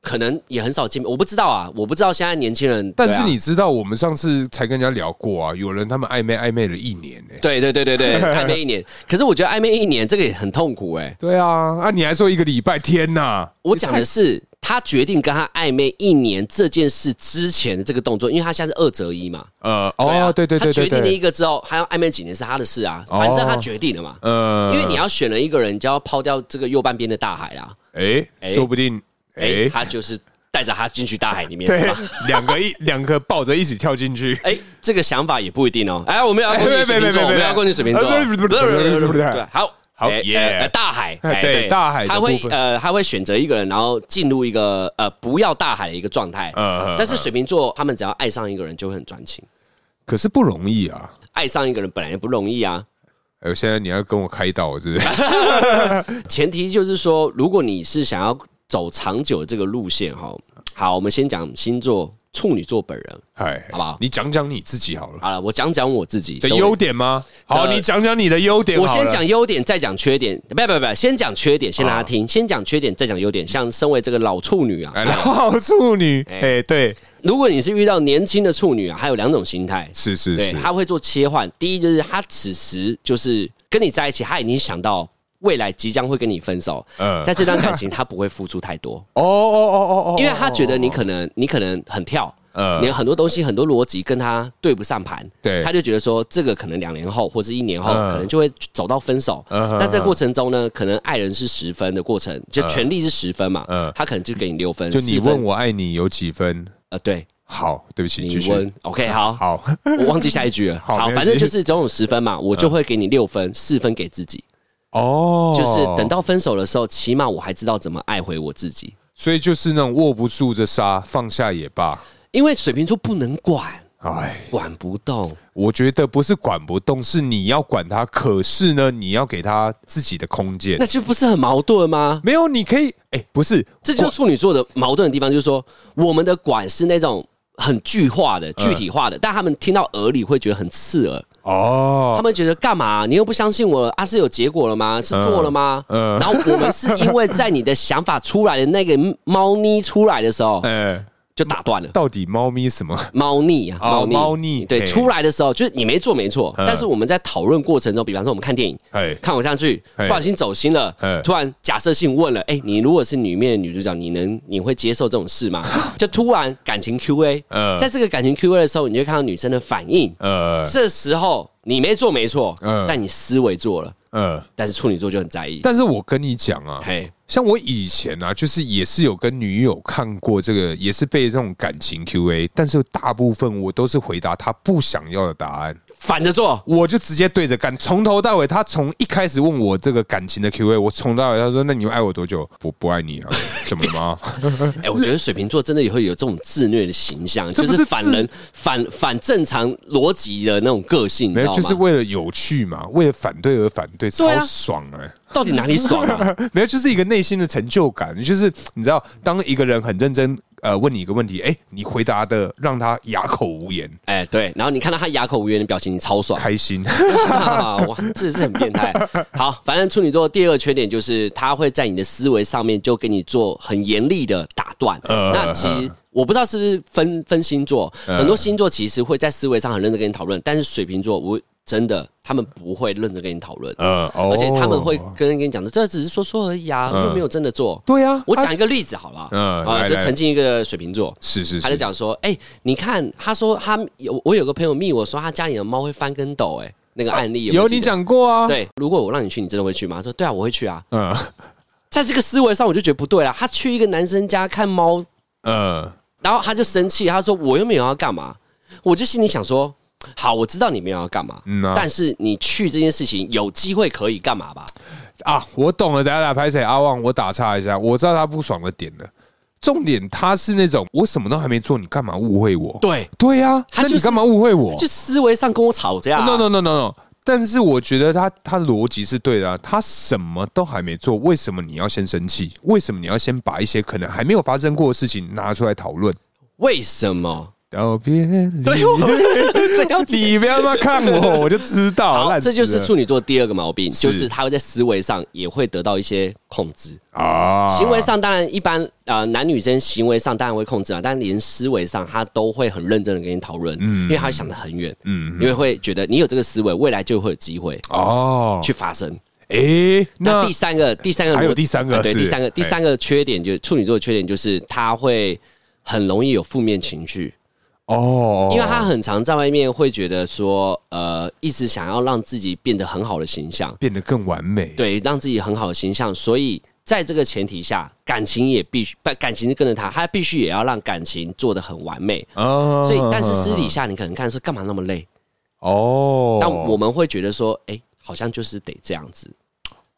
Speaker 1: 可能也很少见面，我不知道啊，我不知道现在年轻人，
Speaker 2: 但
Speaker 1: 对
Speaker 2: 是
Speaker 1: 啊
Speaker 2: 你知道，我们上次才跟人家聊过啊，有人他们暧昧暧昧了一年欸呢、
Speaker 1: 对对对对 对，暧昧一年，可是我觉得暧昧一年这个也很痛苦哎、
Speaker 2: 对啊，啊，你还说一个礼拜，天呐、
Speaker 1: 我讲的是他决定跟他暧昧一年这件事之前的这个动作，因为他现在是二择一嘛。
Speaker 2: 呃，哦，对对对
Speaker 1: 啊他
Speaker 2: 对
Speaker 1: 决定了一
Speaker 2: 对，
Speaker 1: 个之后，还要暧昧几年是他的事啊，反正他决定了嘛。
Speaker 2: 呃
Speaker 1: 因为你，要选了一个人，你就要抛掉这个右半边的大海啦。
Speaker 2: 哎、
Speaker 1: 哎
Speaker 2: 说不定，哎、
Speaker 1: 哎、他就是带着他进去大海里面，是
Speaker 2: 对
Speaker 1: 吧？，
Speaker 2: 两个一两个抱着一起跳进去，
Speaker 1: 哎、这个想法也不一定哦。哎，我们要攻击水瓶座，我们要攻击水瓶座。对，好。大海，他会呃，他会选择一个人，然后进入一个呃不要大海的一个状态。
Speaker 2: 呃，
Speaker 1: 但是水瓶座他们只要爱上一个人，就会很专情。
Speaker 2: 可是不容易啊。
Speaker 1: 爱上一个人本来也不容易啊，
Speaker 2: 哎、现在你要跟我开导，是不是？
Speaker 1: 前提就是说，如果你是想要走长久的这个路线哈，好，我们先讲星座处女座本人。
Speaker 2: 哎，
Speaker 1: 好不好
Speaker 2: 你讲讲你自己好了，
Speaker 1: 好了，我讲讲我自己
Speaker 2: 的优。点吗？好，
Speaker 1: 的
Speaker 2: 你讲讲你的优点好
Speaker 1: 我
Speaker 2: 了。
Speaker 1: 先讲优点，再讲缺点。不不不，先讲缺点，先让他听。先讲缺点，再讲优点。像身为这个老处女啊，
Speaker 2: 啊哎，老 处女，哎、对，
Speaker 1: 如果你是遇到年轻的处女啊，还有两种心态，
Speaker 2: 是是
Speaker 1: 对，
Speaker 2: 是，
Speaker 1: 他会做切换。第一就是他此时就是跟你在一起，他已经想到未来即将会跟你分手，
Speaker 2: 嗯
Speaker 1: 在这段感情他不会付出太多，
Speaker 2: 哦哦哦哦哦，
Speaker 1: 因为他觉得你可能你可能很跳。
Speaker 2: 呃
Speaker 1: 你有很多东西、很多逻辑跟他对不上盘，
Speaker 2: 对
Speaker 1: 他就觉得说这个可能两年后或者一年后，
Speaker 2: 嗯
Speaker 1: 可能就会走到分手。
Speaker 2: 嗯
Speaker 1: 那这个过程中呢，可能爱人是十分的过程，就权力是十分嘛，
Speaker 2: 嗯
Speaker 1: 他可能就给你六分，
Speaker 2: 就你
Speaker 1: 4分
Speaker 2: 问我爱你有几分？
Speaker 1: 呃，对
Speaker 2: 好，对不起，继
Speaker 1: 你啊
Speaker 2: 续
Speaker 1: 问，OK，好，
Speaker 2: 好，
Speaker 1: 我忘记下一句了。
Speaker 2: 好
Speaker 1: 好，
Speaker 2: 没关系嗯
Speaker 1: 反正就是总有十分嘛，我就会给你六分，四分给自己。
Speaker 2: 哦，
Speaker 1: 就是等，到分手的时候，起码我还知道怎么爱回我自己。
Speaker 2: 所以就是那种握不住的沙，放下也罢。
Speaker 1: 因为水瓶座不能管，
Speaker 2: 哎，
Speaker 1: 管不动。
Speaker 2: 我觉得不是管不动，是你要管他，可是呢，你要给他自己的空间
Speaker 1: 那。就不是很矛盾吗？
Speaker 2: 没有，你可以，哎，不是，
Speaker 1: 这就是处女座的矛盾的地方，就是说我们的管是那种很具化
Speaker 2: 嗯
Speaker 1: 的、具体化的，但他们听到耳里会觉得很刺耳。他
Speaker 2: 哦，
Speaker 1: 们觉得干嘛？你又不相信我啊？是有结果了吗？是做了吗？
Speaker 2: 嗯嗯
Speaker 1: 然后我们是因为在你的想法出来的那个猫腻出来的时候
Speaker 2: 哎，
Speaker 1: 就打断了。
Speaker 2: 到底猫咪什么？
Speaker 1: 猫腻啊，
Speaker 2: 哦
Speaker 1: 猫腻，
Speaker 2: 猫腻
Speaker 1: 对，
Speaker 2: 嘿
Speaker 1: 出来的时候就是你没做没错，
Speaker 2: 嗯
Speaker 1: 但是我们在讨论过程中，比方说我们看电影、
Speaker 2: 哎，
Speaker 1: 看偶像剧，不
Speaker 2: 嘿
Speaker 1: 小心走心了
Speaker 2: 嘿，
Speaker 1: 突然假设性问了，哎，你如果是里面的女主角，你能你会接受这种事 吗？就突然感情 Q A，
Speaker 2: 嗯
Speaker 1: 在这个感情 Q A 的时候，你就会看到女生的反应。
Speaker 2: 呃
Speaker 1: 这时候你没做没错，
Speaker 2: 嗯
Speaker 1: 但你思维做了，
Speaker 2: 呃，
Speaker 1: 但是处女座就很在意。
Speaker 2: 但是我跟你讲啊，
Speaker 1: 嘿，
Speaker 2: 像我以前啊，就是也是有跟女友看过这个，也是被这种感情 Q&A，但是大部分我都是回答她不想要的答案，
Speaker 1: 反着做，
Speaker 2: 我就直接对着干，从头到尾，她从一开始问我这个感情的 Q&A，我从头到尾她说：“那你会爱我多久？”我不爱你啊， 怎么 了吗？
Speaker 1: 哎、我觉得水瓶座真的也会有这种自虐的形象，
Speaker 2: 这
Speaker 1: 就
Speaker 2: 不是
Speaker 1: 是反
Speaker 2: 自
Speaker 1: 人、反反正常逻辑的那种个性，你
Speaker 2: 没
Speaker 1: 知
Speaker 2: 有，
Speaker 1: 道
Speaker 2: 就是
Speaker 1: 吗？
Speaker 2: 为了有趣嘛，为了反对而反对，
Speaker 1: 对
Speaker 2: 超
Speaker 1: 啊
Speaker 2: 爽哎、
Speaker 1: 到底哪里爽啊？
Speaker 2: 没有，就是一个内心的成就感，就是你知道，当一个人很认真呃问你一个问题，哎、你回答的让他哑口无言，
Speaker 1: 哎，对，然后你看到他哑口无言的表情，你超爽，
Speaker 2: 开心。
Speaker 1: 啊，哇，这是很变态。好，反正处女座的第二个缺点就是他会在你的思维上面就给你做很严厉的打断。
Speaker 2: 呃
Speaker 1: 那其实我不知道是不是分分星座，很多星座其实会在思维上很认真跟你讨论，但是水瓶座我真的他们不会认真跟你讨论，
Speaker 2: 呃，哦
Speaker 1: 而且他们会跟跟你讲的，这只是说说而已啊，又没有真的做。
Speaker 2: 对啊，
Speaker 1: 我
Speaker 2: 他
Speaker 1: 讲一个例子好了，
Speaker 2: 嗯
Speaker 1: 啊，
Speaker 2: 来
Speaker 1: 就
Speaker 2: 来
Speaker 1: 曾经一个水瓶座，
Speaker 2: 是是，
Speaker 1: 他就是讲说，哎、你看，他说他有我有个朋友密我说他家里的猫会翻跟斗、哎，那个案例有没
Speaker 2: 有
Speaker 1: 记
Speaker 2: 你
Speaker 1: 得。
Speaker 2: 讲过啊，，
Speaker 1: 对，如果我让你去，你真的会去吗？他说对啊，我会去啊。
Speaker 2: 嗯
Speaker 1: 在这个思维上，我就觉得不对啊。他去一个男生家看猫，
Speaker 2: 呃，
Speaker 1: 然后他就生气，他说我又没有要干嘛。我就心里想说，好，我知道你没有要干嘛，
Speaker 2: 嗯啊
Speaker 1: 但是你去这件事情有机会可以干嘛吧？
Speaker 2: 啊，我懂了，等下来拍谁？阿旺，我打岔一下，我知道他不爽的点了。重点他是那种我什么都还没做，你干嘛误会我？
Speaker 1: 对，
Speaker 2: 对呀、
Speaker 1: 他
Speaker 2: 那
Speaker 1: 就
Speaker 2: 你
Speaker 1: 是
Speaker 2: 干嘛误会我
Speaker 1: 就思维上跟我吵架、啊。
Speaker 2: ？No No No No No。但是我觉得他他逻辑是对的、啊，他什么都还没做，为什么你要先生气？为什么你要先把一些可能还没有发生过的事情拿出来讨论？
Speaker 1: 为什么？
Speaker 2: 道别 离，
Speaker 1: 对，我这要
Speaker 2: 你不要他妈看我，我就知道，
Speaker 1: 好，
Speaker 2: 烂死
Speaker 1: 这就是
Speaker 2: 了
Speaker 1: 处女座第二个毛病，
Speaker 2: 是
Speaker 1: 就是他会在思维上也会得到一些控制。
Speaker 2: 啊
Speaker 1: 行为上当然一般，呃，男女间行为上当然会控制啊，但连思维上他都会很认真的跟你讨论，因为他会想得很远，
Speaker 2: 嗯
Speaker 1: 因为会觉得你有这个思维，未来就会有机会
Speaker 2: 哦，
Speaker 1: 去发生。
Speaker 2: 诶，
Speaker 1: 那
Speaker 2: 那
Speaker 1: 第三个，第三个
Speaker 2: 还有第三个
Speaker 1: 啊对，
Speaker 2: 是
Speaker 1: 第三个，
Speaker 2: 哎
Speaker 1: 第三个缺点就是处女座的缺点就是他会很容易有负面情绪，
Speaker 2: 哦，
Speaker 1: 因为他很常在外面会觉得说，呃，一直想要让自己变得很好的形象。
Speaker 2: 变得更完美，
Speaker 1: 对，让自己很好的形象。所以在这个前提下，感情也必须，不感情是跟着他，他必须也要让感情做得很完美。
Speaker 2: 啊
Speaker 1: 所以，但是私底下你可能看说干嘛那么累，
Speaker 2: 哦，
Speaker 1: 但我们会觉得说，哎、好像就是得这样子。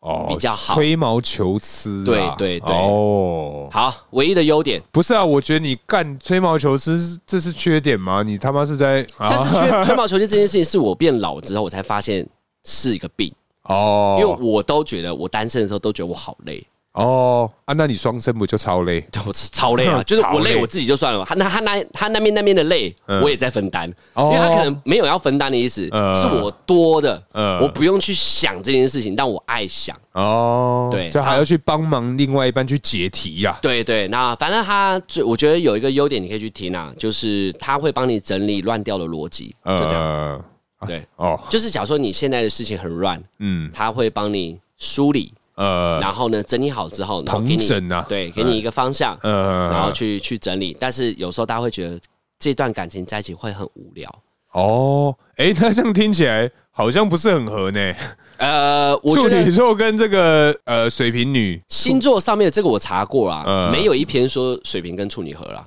Speaker 2: 哦
Speaker 1: 比较好
Speaker 2: 吹毛求疵啊，
Speaker 1: 对对对
Speaker 2: 哦，
Speaker 1: 好，唯一的优点，
Speaker 2: 不是啊，我觉得你干吹毛求疵这是缺点吗？你他妈是在
Speaker 1: 但
Speaker 2: 啊
Speaker 1: 是吹吹毛求疵这件事情，是我变老之后我才发现是一个病，因为
Speaker 2: 哦
Speaker 1: 我都觉得我单身的时候都觉得我好累。
Speaker 2: 哦啊，那你双生不就超累？
Speaker 1: 对，我超 累啊！就是我累我自己就算了，他那他那他那边那边的累，我也在分担，因为他可能没有要分担的意思，
Speaker 2: 哦嗯
Speaker 1: 是我多的，
Speaker 2: 嗯
Speaker 1: 我不用去想这件事情，但我爱想。
Speaker 2: 哦，
Speaker 1: 对
Speaker 2: 就还
Speaker 1: 啊
Speaker 2: 要去帮忙另外一半去解题呀、
Speaker 1: 对对，那反正他最我觉得有一个优点，你可以去听啊，就是他会帮你整理乱掉的逻辑，啊就这样。
Speaker 2: 呃，
Speaker 1: 对，
Speaker 2: 哦，
Speaker 1: 就是假如说你现在的事情很乱，
Speaker 2: 嗯，
Speaker 1: 他会帮你梳理，
Speaker 2: 呃，
Speaker 1: 然后呢整理好之后，然后给
Speaker 2: 同
Speaker 1: 你
Speaker 2: 整啊，
Speaker 1: 对，给你一个方向，
Speaker 2: 呃，
Speaker 1: 然后去去整理。但是有时候大家会觉得这段感情在一起会很无聊。
Speaker 2: 哦，哎、 那这样听起来好像不是很合呢。
Speaker 1: 呃，我
Speaker 2: 处
Speaker 1: 觉
Speaker 2: 女
Speaker 1: 得
Speaker 2: 座跟这个呃水瓶女，
Speaker 1: 星座上面的这个我查过啦，
Speaker 2: 嗯
Speaker 1: 没有一篇说水瓶跟处女合啦。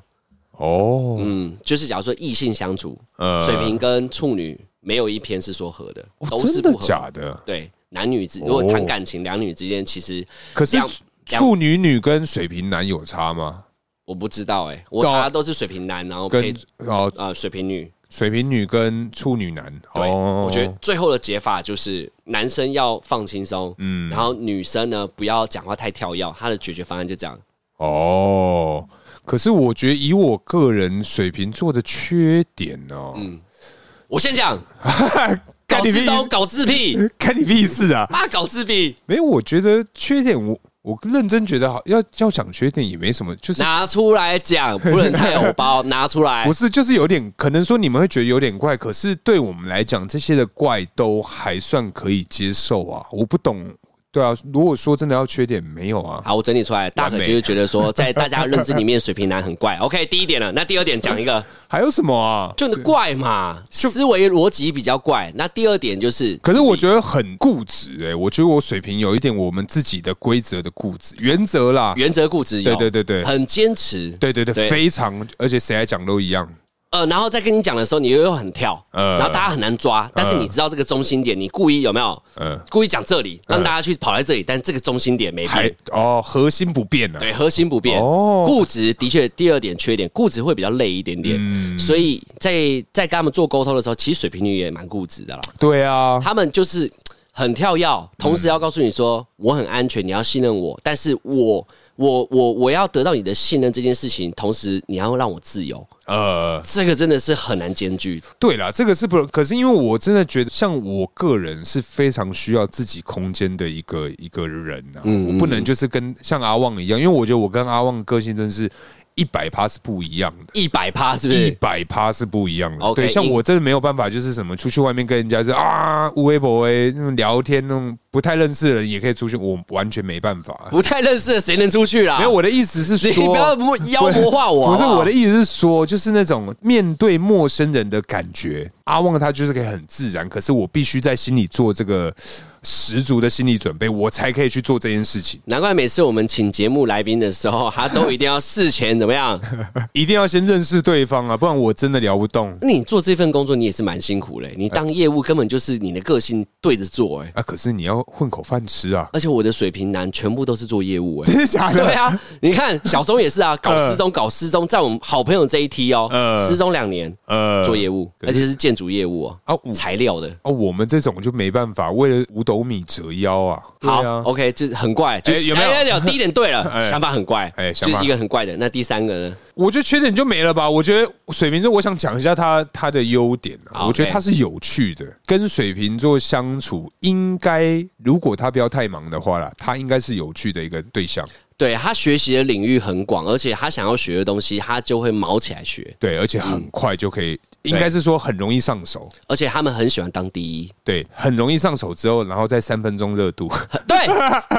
Speaker 2: 哦，
Speaker 1: 嗯，就是假如说异性相处，
Speaker 2: 呃
Speaker 1: 水瓶跟处女没有一篇是说合的，
Speaker 2: 哦
Speaker 1: 都是
Speaker 2: 真
Speaker 1: 不
Speaker 2: 的
Speaker 1: 合。
Speaker 2: 假的？
Speaker 1: 对，男女之如果
Speaker 2: 哦
Speaker 1: 谈感情，两女之间其实
Speaker 2: 可是
Speaker 1: 两两
Speaker 2: 处女女跟水瓶男有差吗？
Speaker 1: 我不知道哎、我查的都是水瓶男，然后
Speaker 2: 跟
Speaker 1: 配
Speaker 2: 哦，
Speaker 1: 呃水瓶女。
Speaker 2: 水瓶女跟处女男，
Speaker 1: 对，
Speaker 2: 哦
Speaker 1: 我觉得最后的解法就是男生要放轻松，嗯，然后女生呢不要讲话太跳跃，她的解决方案就这样。
Speaker 2: 哦。可是我觉得以我个人水瓶座的缺点哦，
Speaker 1: 嗯我先讲，
Speaker 2: 干
Speaker 1: 搞
Speaker 2: 你屁
Speaker 1: 自东搞自 闭，
Speaker 2: 看你屁事啊！
Speaker 1: 妈搞自闭，
Speaker 2: 没有，我觉得缺点我我认真觉得好，要要讲缺点也没什么，就是
Speaker 1: 拿出来讲，不能太偶包，拿出来
Speaker 2: 不。是，就是有点，可能说你们会觉得有点怪，可是对我们来讲，这些的怪都还算可以接受啊。我不懂，对啊，如果说真的要缺点，没有啊。
Speaker 1: 好，我整理出来，大可
Speaker 2: 完美
Speaker 1: 就是觉得说，在大家认知里面，水瓶男很 怪。OK，第一点了，那第二点讲一个，
Speaker 2: 还有什么啊？
Speaker 1: 就是怪嘛，思维逻辑比较怪。那第二点就是，
Speaker 2: 可是我觉得很固执哎、我觉得我水平有一点我们自己的规则的固执原则啦，
Speaker 1: 原则固执有，
Speaker 2: 对对对对
Speaker 1: 很坚持，
Speaker 2: 对对
Speaker 1: 对
Speaker 2: 对，非常，而且谁来讲都一样。
Speaker 1: 呃，然后在跟你讲的时候，你又很跳，
Speaker 2: 呃
Speaker 1: 然后大家很难抓，但是你知道这个中心点，你故意有没有？
Speaker 2: 嗯
Speaker 1: 故意讲这里，让大家去跑在这里，但这个中心点没
Speaker 2: 还
Speaker 1: 变，
Speaker 2: 哦，核心不变啊。
Speaker 1: 对，核心不变。
Speaker 2: 哦
Speaker 1: 固执的确第二点缺点，固执会比较累一点点，
Speaker 2: 嗯
Speaker 1: 所以在在跟他们做沟通的时候，其实水瓶女也蛮固执的啦，
Speaker 2: 对啊，
Speaker 1: 他们
Speaker 2: 嗯
Speaker 1: 就是很跳跃，同时要告诉你说我很安全，你要信任我，但是我我我我要得到你的信任这件事情，同时你要让我自由，
Speaker 2: 呃，
Speaker 1: 这个真的是很难兼具。
Speaker 2: 对啦，这个是不，可是因为我真的觉得，像我个人是非常需要自己空间的一个一个人啊，
Speaker 1: 嗯
Speaker 2: 我不能就是跟像阿旺一样，因为我觉得我跟阿旺的个性真是一百趴是不一样的。
Speaker 1: 一百趴是不
Speaker 2: 一
Speaker 1: 是？
Speaker 2: 百趴是不一样的，
Speaker 1: OK，
Speaker 2: 对，像
Speaker 1: 因
Speaker 2: 我真的没有办法，就是什么出去外面跟人家是啊，无微不微那种聊天，那种不太认识的人也可以出去，我完全没办法。
Speaker 1: 不太认识的谁能出去啦？
Speaker 2: 没有，我的意思是
Speaker 1: 你
Speaker 2: 说，
Speaker 1: 不要魔妖魔化我
Speaker 2: 不是
Speaker 1: 好好
Speaker 2: 我的意思是说，就是那种面对陌生人的感觉，阿旺他就是可以很自然，可是我必须在心里做这个十足的心理准备，我才可以去做这件事情，
Speaker 1: 难怪每次我们请节目来宾的时候，他都一定要事前怎么 样？
Speaker 2: 一定要先认识对方啊，不然我真的聊不动
Speaker 1: 那你做这份工作，你也是蛮辛苦
Speaker 2: 哎
Speaker 1: 嘞、你当业务根本就是你的个性对着做哎、
Speaker 2: 啊。可是你要混口饭吃啊，
Speaker 1: 而且我的水平男全部都是做业务哎、
Speaker 2: 真的呃假的？
Speaker 1: 对啊，你看小钟也是啊，搞 失踪搞失踪，在我们好朋友这一梯哦，
Speaker 2: 嗯
Speaker 1: 失踪两年
Speaker 2: 呃
Speaker 1: 做业务，而且是建筑业务哦，
Speaker 2: 啊，我
Speaker 1: 材料的。
Speaker 2: 啊，我们这种就没办法，为了五斗米折腰啊。对
Speaker 1: 好、
Speaker 2: 啊，
Speaker 1: o k 就是很怪，就
Speaker 2: 哎
Speaker 1: 是
Speaker 2: 有没有
Speaker 1: 材料第一点对了，
Speaker 2: 哎
Speaker 1: 想法很怪，
Speaker 2: 哎
Speaker 1: 就
Speaker 2: 想法
Speaker 1: 是一个很怪的。那第三个呢？
Speaker 2: 我觉得缺点就没了吧。我觉得水瓶座，我想讲一下他他的优点啊。
Speaker 1: 好
Speaker 2: 我觉得
Speaker 1: OK
Speaker 2: 他是有趣的，跟水瓶座相处，应该如果他不要太忙的话啦，他应该是有趣的一个对象。
Speaker 1: 对他学习的领域很广，而且他想要学的东西，他就会毛起来学。
Speaker 2: 对，而且很快就可
Speaker 1: 嗯
Speaker 2: 以，应该是说很容易上手。
Speaker 1: 而且他们很喜欢当第一，
Speaker 2: 对，很容易上手之后，然后再三分钟热 度。
Speaker 1: 对，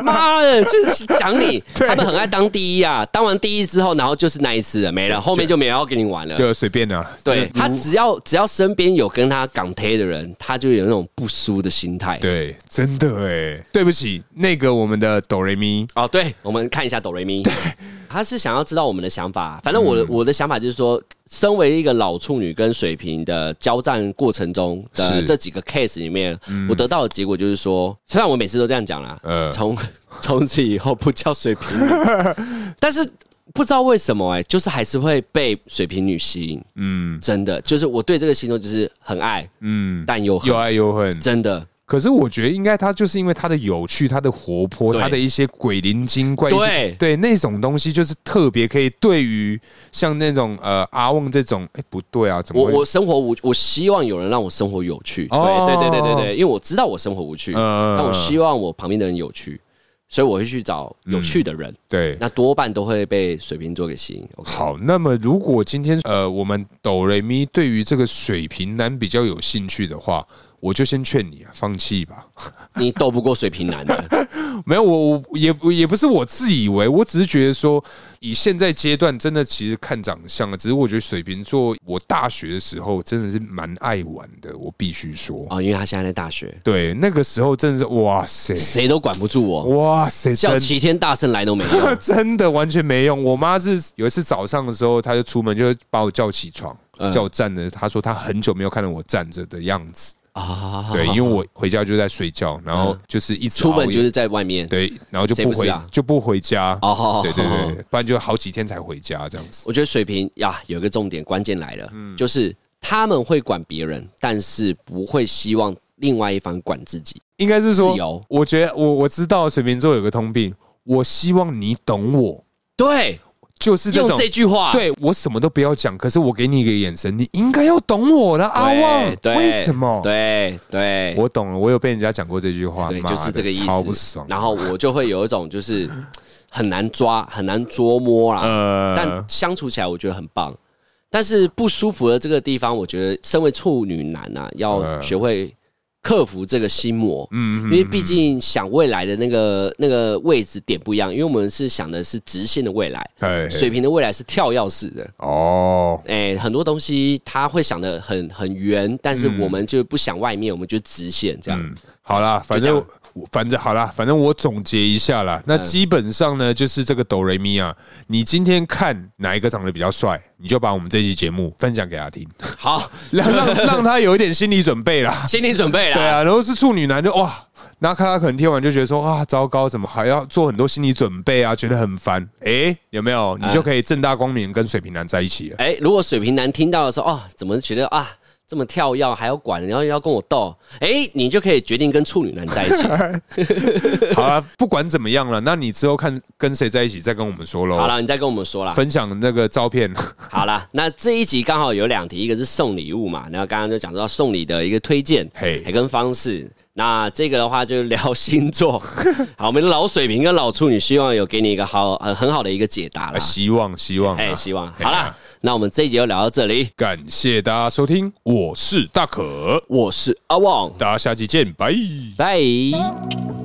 Speaker 1: 妈的， 就是讲你，
Speaker 2: 对
Speaker 1: 他们很爱当第一啊。当完第一之后，然后就是那一次了，没了，后面就没有要跟你玩了。
Speaker 2: 就随便啊，
Speaker 1: 对
Speaker 2: 就
Speaker 1: 他只要只要身边有跟他港贴的人，他就有那种不输的心态。
Speaker 2: 对，真的哎，对不起，那个我们的哆瑞咪，
Speaker 1: 哦，对，我们看一下哆瑞咪，他是想要知道我们的想法。反正我的、
Speaker 2: 嗯
Speaker 1: 我的想法就是说，身为一个老处女跟水瓶的交战过程中的
Speaker 2: 是嗯
Speaker 1: 这几个 case 里面，我得到的结果就是说，虽然我每次都这样讲啦，
Speaker 2: 呃
Speaker 1: 从从此以后不叫水瓶 女，但是。不知道为什么哎、就是还是会被水瓶女吸引，
Speaker 2: 嗯
Speaker 1: 真的，就是我对这个星座就是很爱，
Speaker 2: 嗯，
Speaker 1: 但又
Speaker 2: 又
Speaker 1: 恨，
Speaker 2: 爱又恨，
Speaker 1: 真的，
Speaker 2: 可是我觉得应该他就是因为他的有趣、他的活泼、
Speaker 1: 对
Speaker 2: 他的一些鬼灵精怪，
Speaker 1: 对
Speaker 2: 一些对那种东西，就是特别可以对于像那种呃阿旺这种，哎、不对啊，怎
Speaker 1: 我
Speaker 2: 么会
Speaker 1: 我生活无，我希望有人让我生活有趣。对
Speaker 2: 哦
Speaker 1: 对对对对对，因为我知道我生活无趣，
Speaker 2: 嗯
Speaker 1: 但我希望我旁边的人有趣，所以我会去找有趣的人。
Speaker 2: 对
Speaker 1: 那多半都会被水瓶座给吸引。OK，
Speaker 2: 好？那么如果今天呃我们哆瑞咪对于这个水瓶男比较有兴趣的话，我就先劝你啊，放弃吧。
Speaker 1: 你斗不过水瓶男 的，
Speaker 2: 没有，我我也不也不是我自以为，我只是觉得说，以现在阶段，真的其实看长相啊，只是我觉得水瓶座，我大学的时候真的是蛮爱玩的，我必须说，
Speaker 1: 哦，因为他现在在大学，
Speaker 2: 对，那个时候真的是哇塞，
Speaker 1: 谁都管不住我，
Speaker 2: 哇塞，
Speaker 1: 叫
Speaker 2: 真
Speaker 1: 齐天大圣来都没 用。
Speaker 2: 的真的完全没用。我妈是有一次早上的时候，她就出门就把我叫起床，
Speaker 1: 嗯
Speaker 2: 叫我站着，她说她很久没有看到我站着的样子，
Speaker 1: 啊，
Speaker 2: 对，因为我回家就在睡觉，然后就是一直
Speaker 1: 嗯出门
Speaker 2: 熬夜
Speaker 1: 就是在外面。
Speaker 2: 对，然后就
Speaker 1: 谁
Speaker 2: 不
Speaker 1: 不是
Speaker 2: 回
Speaker 1: 啊
Speaker 2: 就不回家。
Speaker 1: 哦好好
Speaker 2: 对对
Speaker 1: 好好
Speaker 2: 对，不然就好几天才回家这样子。
Speaker 1: 我觉得水瓶呀，有一个重点关键来了，
Speaker 2: 嗯
Speaker 1: 就是他们会管别人，但是不会希望另外一方管自己。
Speaker 2: 应该是
Speaker 1: 自由
Speaker 2: 说，我觉得我我知道水瓶座有个通病，我希望你懂我，
Speaker 1: 对，
Speaker 2: 就是这
Speaker 1: 用
Speaker 2: 种。
Speaker 1: 这句话，
Speaker 2: 对我什么都不要讲，可是我给你一个眼神，你应该要懂我的，阿
Speaker 1: 对
Speaker 2: 旺。
Speaker 1: 对
Speaker 2: 为什么？
Speaker 1: 对对，
Speaker 2: 我懂了，我有被人家讲过这句话，
Speaker 1: 对
Speaker 2: 妈
Speaker 1: 就是
Speaker 2: 的
Speaker 1: 这个意思，
Speaker 2: 超不爽。
Speaker 1: 然后我就会有一种就是很难抓、很难捉摸啦，
Speaker 2: 呃
Speaker 1: 但相处起来我觉得很棒。但是不舒服的这个地方，我觉得身为处女男啊，要
Speaker 2: 呃
Speaker 1: 学会克服这个心魔。
Speaker 2: 嗯
Speaker 1: 因为毕竟想未来的那个那个位置点不一样，因为我们是想的是直线的未来，
Speaker 2: 哎
Speaker 1: 水平的未来是跳跃式的。
Speaker 2: 哦，
Speaker 1: 哎、很多东西他会想的很很圆，但是我们就不想外面，我们就直线这样。
Speaker 2: 嗯，好啦，反
Speaker 1: 这
Speaker 2: 正
Speaker 1: 样
Speaker 2: 我反正好啦，反正我总结一下啦。那基本上呢，就是这个哆瑞咪啊，你今天看哪一个长得比较帅，你就把我们这期节目分享给他听，
Speaker 1: 好，
Speaker 2: 让让让他有一点心理准备 啦。
Speaker 1: 心理准备啦。
Speaker 2: 对啊，然后是处女男就哇，那看他可能听完就觉得说啊，糟糕，怎么还要做很多心理准备啊，觉得很烦。诶，有没 有？你就可以正大光明跟水瓶男在一起了。
Speaker 1: 哎、如果水瓶男听到的时候，哦，怎么觉得啊？这么跳跃，还要管，然后要跟我斗，哎，你就可以决定跟处女男在一 起。
Speaker 2: 好了，不管怎么样了，那你之后看跟谁在一起，再跟我们说喽。
Speaker 1: 好了，你再跟我们说啦。
Speaker 2: 分享那个照片，
Speaker 1: 好啦，那这一集刚好有两题，一个是送礼物嘛，然后刚刚就讲到送礼的一个推荐，
Speaker 2: 嘿
Speaker 1: 还跟方式。那这个的话就是聊星座， 好，我们的老水瓶跟老处女希望有给你一个好呃很好的一个解答啦
Speaker 2: 啊，。希望希望、
Speaker 1: 哎、
Speaker 2: 啊，
Speaker 1: 希望
Speaker 2: 嘿
Speaker 1: 好啦，那我们这一集就聊到这里，
Speaker 2: 感谢大家收听，我是大可，
Speaker 1: 我是阿旺，
Speaker 2: 大家下期见，拜。
Speaker 1: 拜。